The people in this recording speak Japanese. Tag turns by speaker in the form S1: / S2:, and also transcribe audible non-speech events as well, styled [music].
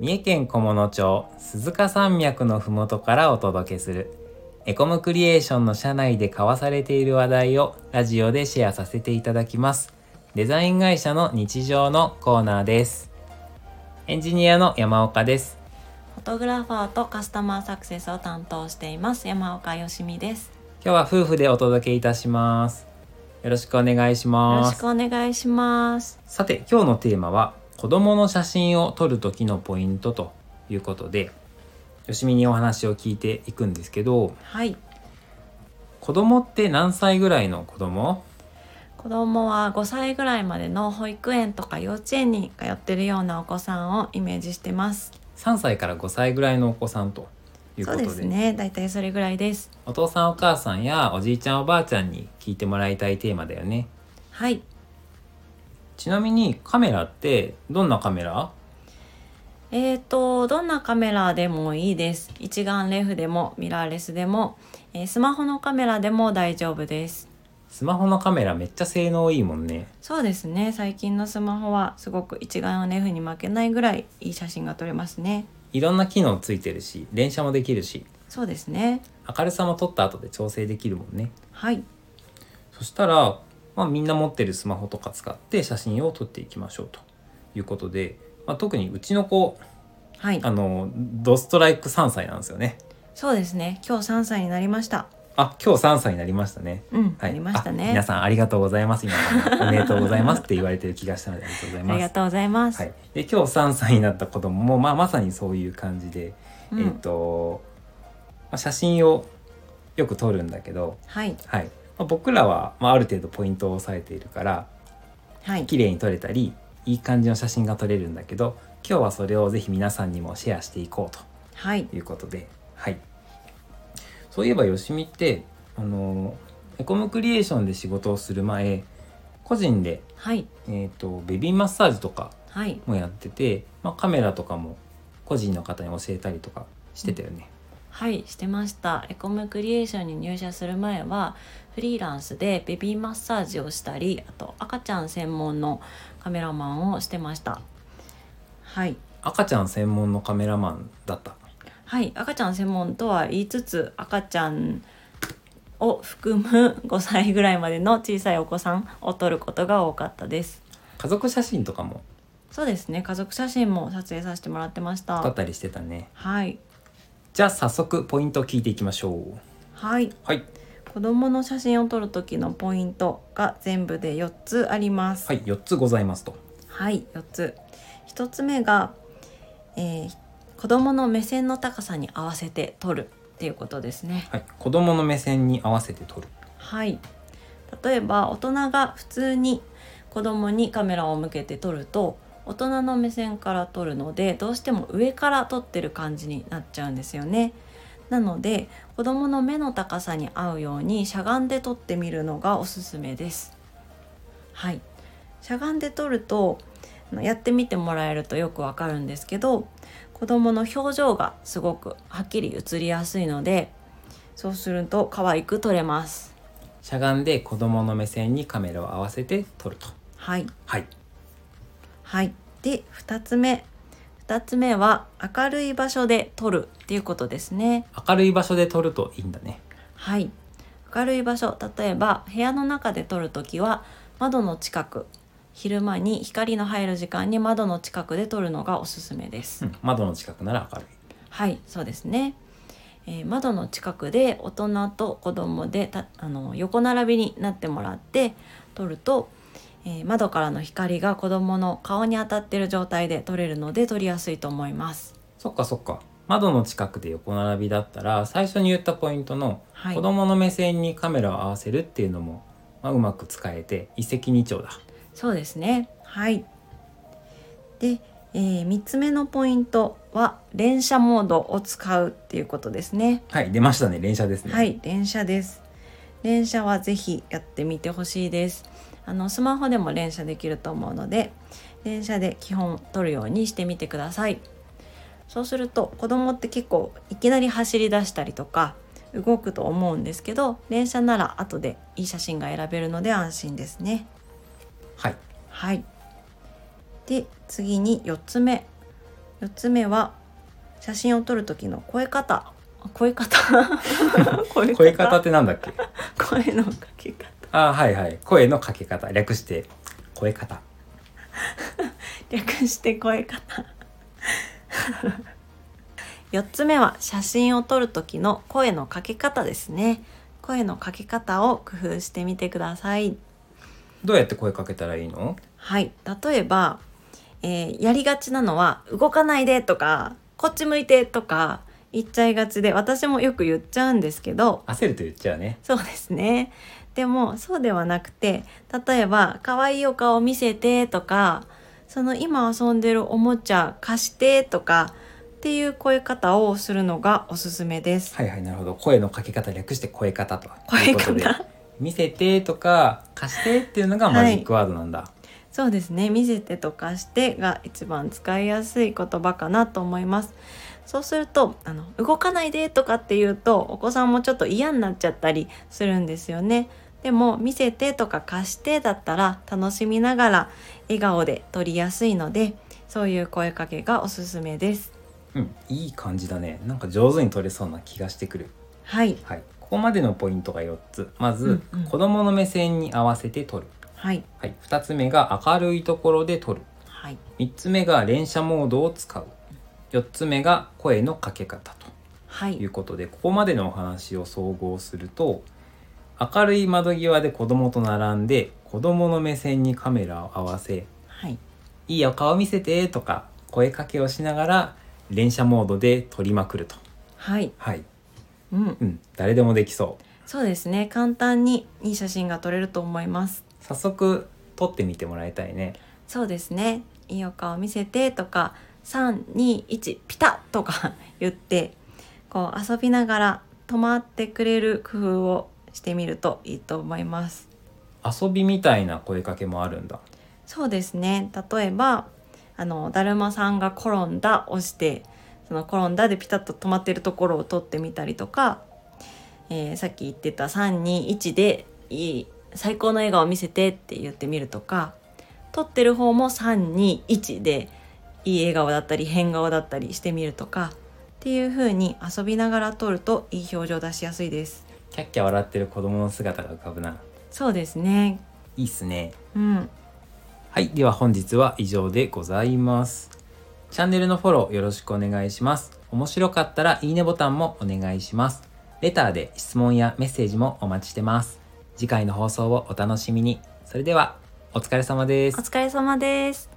S1: 三重県菰野町鈴鹿山脈のふもとからお届けするエコムクリエーションの社内で交わされている話題をラジオでシェアさせていただきますデザイン会社の日常のコーナーですエンジニアの山岡です
S2: フォトグラファーとカスタマーサクセスを担当しています山岡よしみです
S1: 今日は夫婦でお届けいたしますよろしくお願いし
S2: よろ
S1: ま
S2: し
S1: す
S2: くお願いします
S1: さて今日のテーマは子供の写真を撮る時のポイントということでよしみにお話を聞いていくんですけど
S2: はい
S1: 子供って何歳ぐらいの子供
S2: 子供は5歳ぐらいまでの保育園とか幼稚園に通ってるようなお子さんをイメージしてます
S1: 3歳から5歳ぐらいのお子さんというこ
S2: そ
S1: と
S2: う
S1: で
S2: ですねだいたいそれぐらいです
S1: お父さんお母さんやおじいちゃんおばあちゃんに聞いてもらいたいテーマだよね
S2: はい
S1: ちなみにカメラってどんなカメラ
S2: えーとどんなカメラでもいいです一眼レフでもミラーレスでも、えースマホのカメラでも大丈夫です
S1: スマホのカメラめっちゃ性能いいもんね
S2: そうですね最近のスマホはすごく一眼レフに負けないぐらいいい写真が撮れますね
S1: いろんな機能ついてるし連写もできるし
S2: そうですね
S1: 明るさも撮った後で調整できるもんね
S2: はい
S1: そしたら、まあ、みんな持ってるスマホとか使って写真を撮っていきましょうということで、まあ、特にうちの子
S2: はい
S1: あのドストライク3歳なんですよね
S2: そうですね今日3歳になりました
S1: あ今日3歳になりましたね
S2: うん、
S1: はい
S2: なりました
S1: あ
S2: ね
S1: 皆さんありがとうございます今からおめでとうございますって言われてる気がしたのでありがとうござい
S2: あ
S1: ま
S2: りが
S1: す
S2: とうございます、
S1: はい、で今日3歳になった子供も、まあ、まさにそういう感じで、
S2: うん
S1: えっ、と、まあ、写真をよく撮るんだけど、
S2: はい
S1: はいまあ、僕らは、まあ、ある程度ポイントを押さえているから
S2: はい
S1: 綺麗に撮れたりいい感じの写真が撮れるんだけど今日はそれをぜひ皆さんにもシェアしていこうと
S2: はい
S1: いうことで、はい、そういえばよしみってあのエコムクリエーションで仕事をする前個人で、
S2: はい
S1: えー、とベビーマッサージとか
S2: はい
S1: もやってて、まあ、カメラとかも個人の方に教えたりとかしてたよね。
S2: はいしてましたエコムクリエーションに入社する前はフリーランスでベビーマッサージをしたりあと赤ちゃん専門のカメラマンをしてましたはい
S1: 赤ちゃん専門のカメラマンだった
S2: はい、赤ちゃん専門とは言いつつ赤ちゃんを含む5歳ぐらいまでの小さいお子さんを撮ることが多かったです
S1: 家族写真とかも
S2: そうですね家族写真も撮影させてもらってまし
S1: 撮ったたりしてたね。
S2: はい
S1: じゃあ早速ポイントを聞いていきましょう。
S2: はい
S1: はい、
S2: 子供の写真を撮る時のポイントが全部で4つあります
S1: はい、4つございますと。
S2: はい、4つ1つ目が、えー子供の目線の高さに合わせて撮るっていうことですね
S1: はい、子供の目線に合わせて撮る。
S2: はい例えば大人が普通に子供にカメラを向けて撮ると大人の目線から撮るのでどうしても上から撮ってる感じになっちゃうんですよねなので子供の目の高さに合うようにしゃがんで撮ってみるのがおすすめですはいしゃがんで撮るとあのやってみてもらえるとよくわかるんですけど子供の表情がすごくはっきり映りやすいのでそうすると可愛く撮れます
S1: しゃがんで子供の目線にカメラを合わせて撮ると。
S2: はい、
S1: はい、
S2: はい、で2つ目2つ目は明るい場所で撮るっていうことですね
S1: 明るい場所で撮るといいんだね。
S2: はい明るい場所例えば部屋の中で撮るときは窓の近く昼間に光の入る時間に窓の近くで撮るのがおすすめです、
S1: うん、窓の近くなら明るい。
S2: はいそうですね、えー窓の近くで大人と子供でたあの横並びになってもらって撮ると、えー窓からの光が子供の顔に当たってる状態で撮れるので撮りやすいと思います。
S1: そっかそっか。窓の近くで横並びだったら最初に言ったポイントの
S2: はい
S1: 子、供の目線にカメラを合わせるっていうのも、まあ、うまく使えて一石二鳥だ。
S2: そうですね。はい。で、え3つ目のポイントは連写モードを使うっていうことですね。
S1: はい、出ましたね。連写ですね。
S2: は。い、連写です。連写はぜひやってみてほしいです。あのスマホでも連写できると思うので、連写で基本撮るようにしてみてください。そうすると子供って結構いきなり走り出したりとか動くと思うんですけど、連写なら後でいい写真が選べるので安心ですね。
S1: はい。
S2: はい。で次に4つ目4つ目は写真を撮る時の声方声方 [laughs] 声
S1: 声方ってなんだっけ
S2: 声のかけ方
S1: ああはいはい声のかけ方略して声方
S2: 略して声方 [laughs] 4つ目は写真を撮る時の声のかけ方ですね声のかけ方を工夫してみてください
S1: どうやって声かけたらいいの
S2: はい例えば、えーやりがちなのは「動かないで」とか「こっち向いて」とか言っちゃいがちで私もよく言っちゃうんですけど
S1: 焦ると言っちゃうね
S2: そうですねでもそうではなくて例えば「可愛いお顔見せて」とか「その今遊んでるおもちゃ貸して」とかっていう声方をするのがおすすめです。
S1: はいはいなるほど声のかけ方略して声方とい
S2: 声
S1: うことで
S2: 方
S1: 見せてとか貸してっていうのがマジックワードなんだ、
S2: そうですね見せてとかしてが一番使いやすい言葉かなと思いますそうするとあの動かないでとかっていうとお子さんもちょっと嫌になっちゃったりするんですよねでも見せてとか貸してだったら楽しみながら笑顔で取りやすいのでそういう声かけがおすすめです
S1: うんいい感じだねなんか上手に取れそうな気がしてくる
S2: はい
S1: はいここまでのポイントが4つまず、
S2: うんうん
S1: 子供の目線に合わせて取る
S2: はい
S1: はい2つ目が明るいところで取る
S2: はい
S1: 3つ目が連射モードを使う4つ目が声のかけ方と
S2: は
S1: とい
S2: いう
S1: ことでここまでのお話を総合すると明るい窓際で子供と並んで子供の目線にカメラを合わせ
S2: はい
S1: 「いいよ顔見せて」とか声かけをしながら連写モードで撮りまくると
S2: はい
S1: はい、
S2: うん
S1: うん、誰でもできそう
S2: そうですね簡単にいい写真が撮れると思います
S1: 早速撮ってみてもらいたいね
S2: そうですね。いいお顔見せてとか、三二一ピタッとか [laughs] 言って、こう遊びながら止まってくれる工夫をしてみるといいと思います。
S1: 遊びみたいな声かけもあるんだ
S2: そうですね。例えば、あのだるまさんが転んだをして、その転んだでピタッと止まってるところを撮ってみたりとか、えーさっき言ってた三二一でいい最高の笑顔を見せてって言ってみるとか、撮ってる方も三二一でいい笑顔だったり変顔だったりしてみるとか。っていう風に遊びながら撮るといい表情出しやすいです。
S1: キャッキャ笑ってる子供の姿が浮かぶな
S2: そうですね。
S1: いいっすね
S2: うん。
S1: はい、では本日は以上でございます。チャンネルのフォローよろしくお願いします。面白かったらいいねボタンもお願いします。レターで質問やメッセージもお待ちしてます。次回の放送をお楽しみに。それでは、お疲れ様です
S2: お。疲れ様です。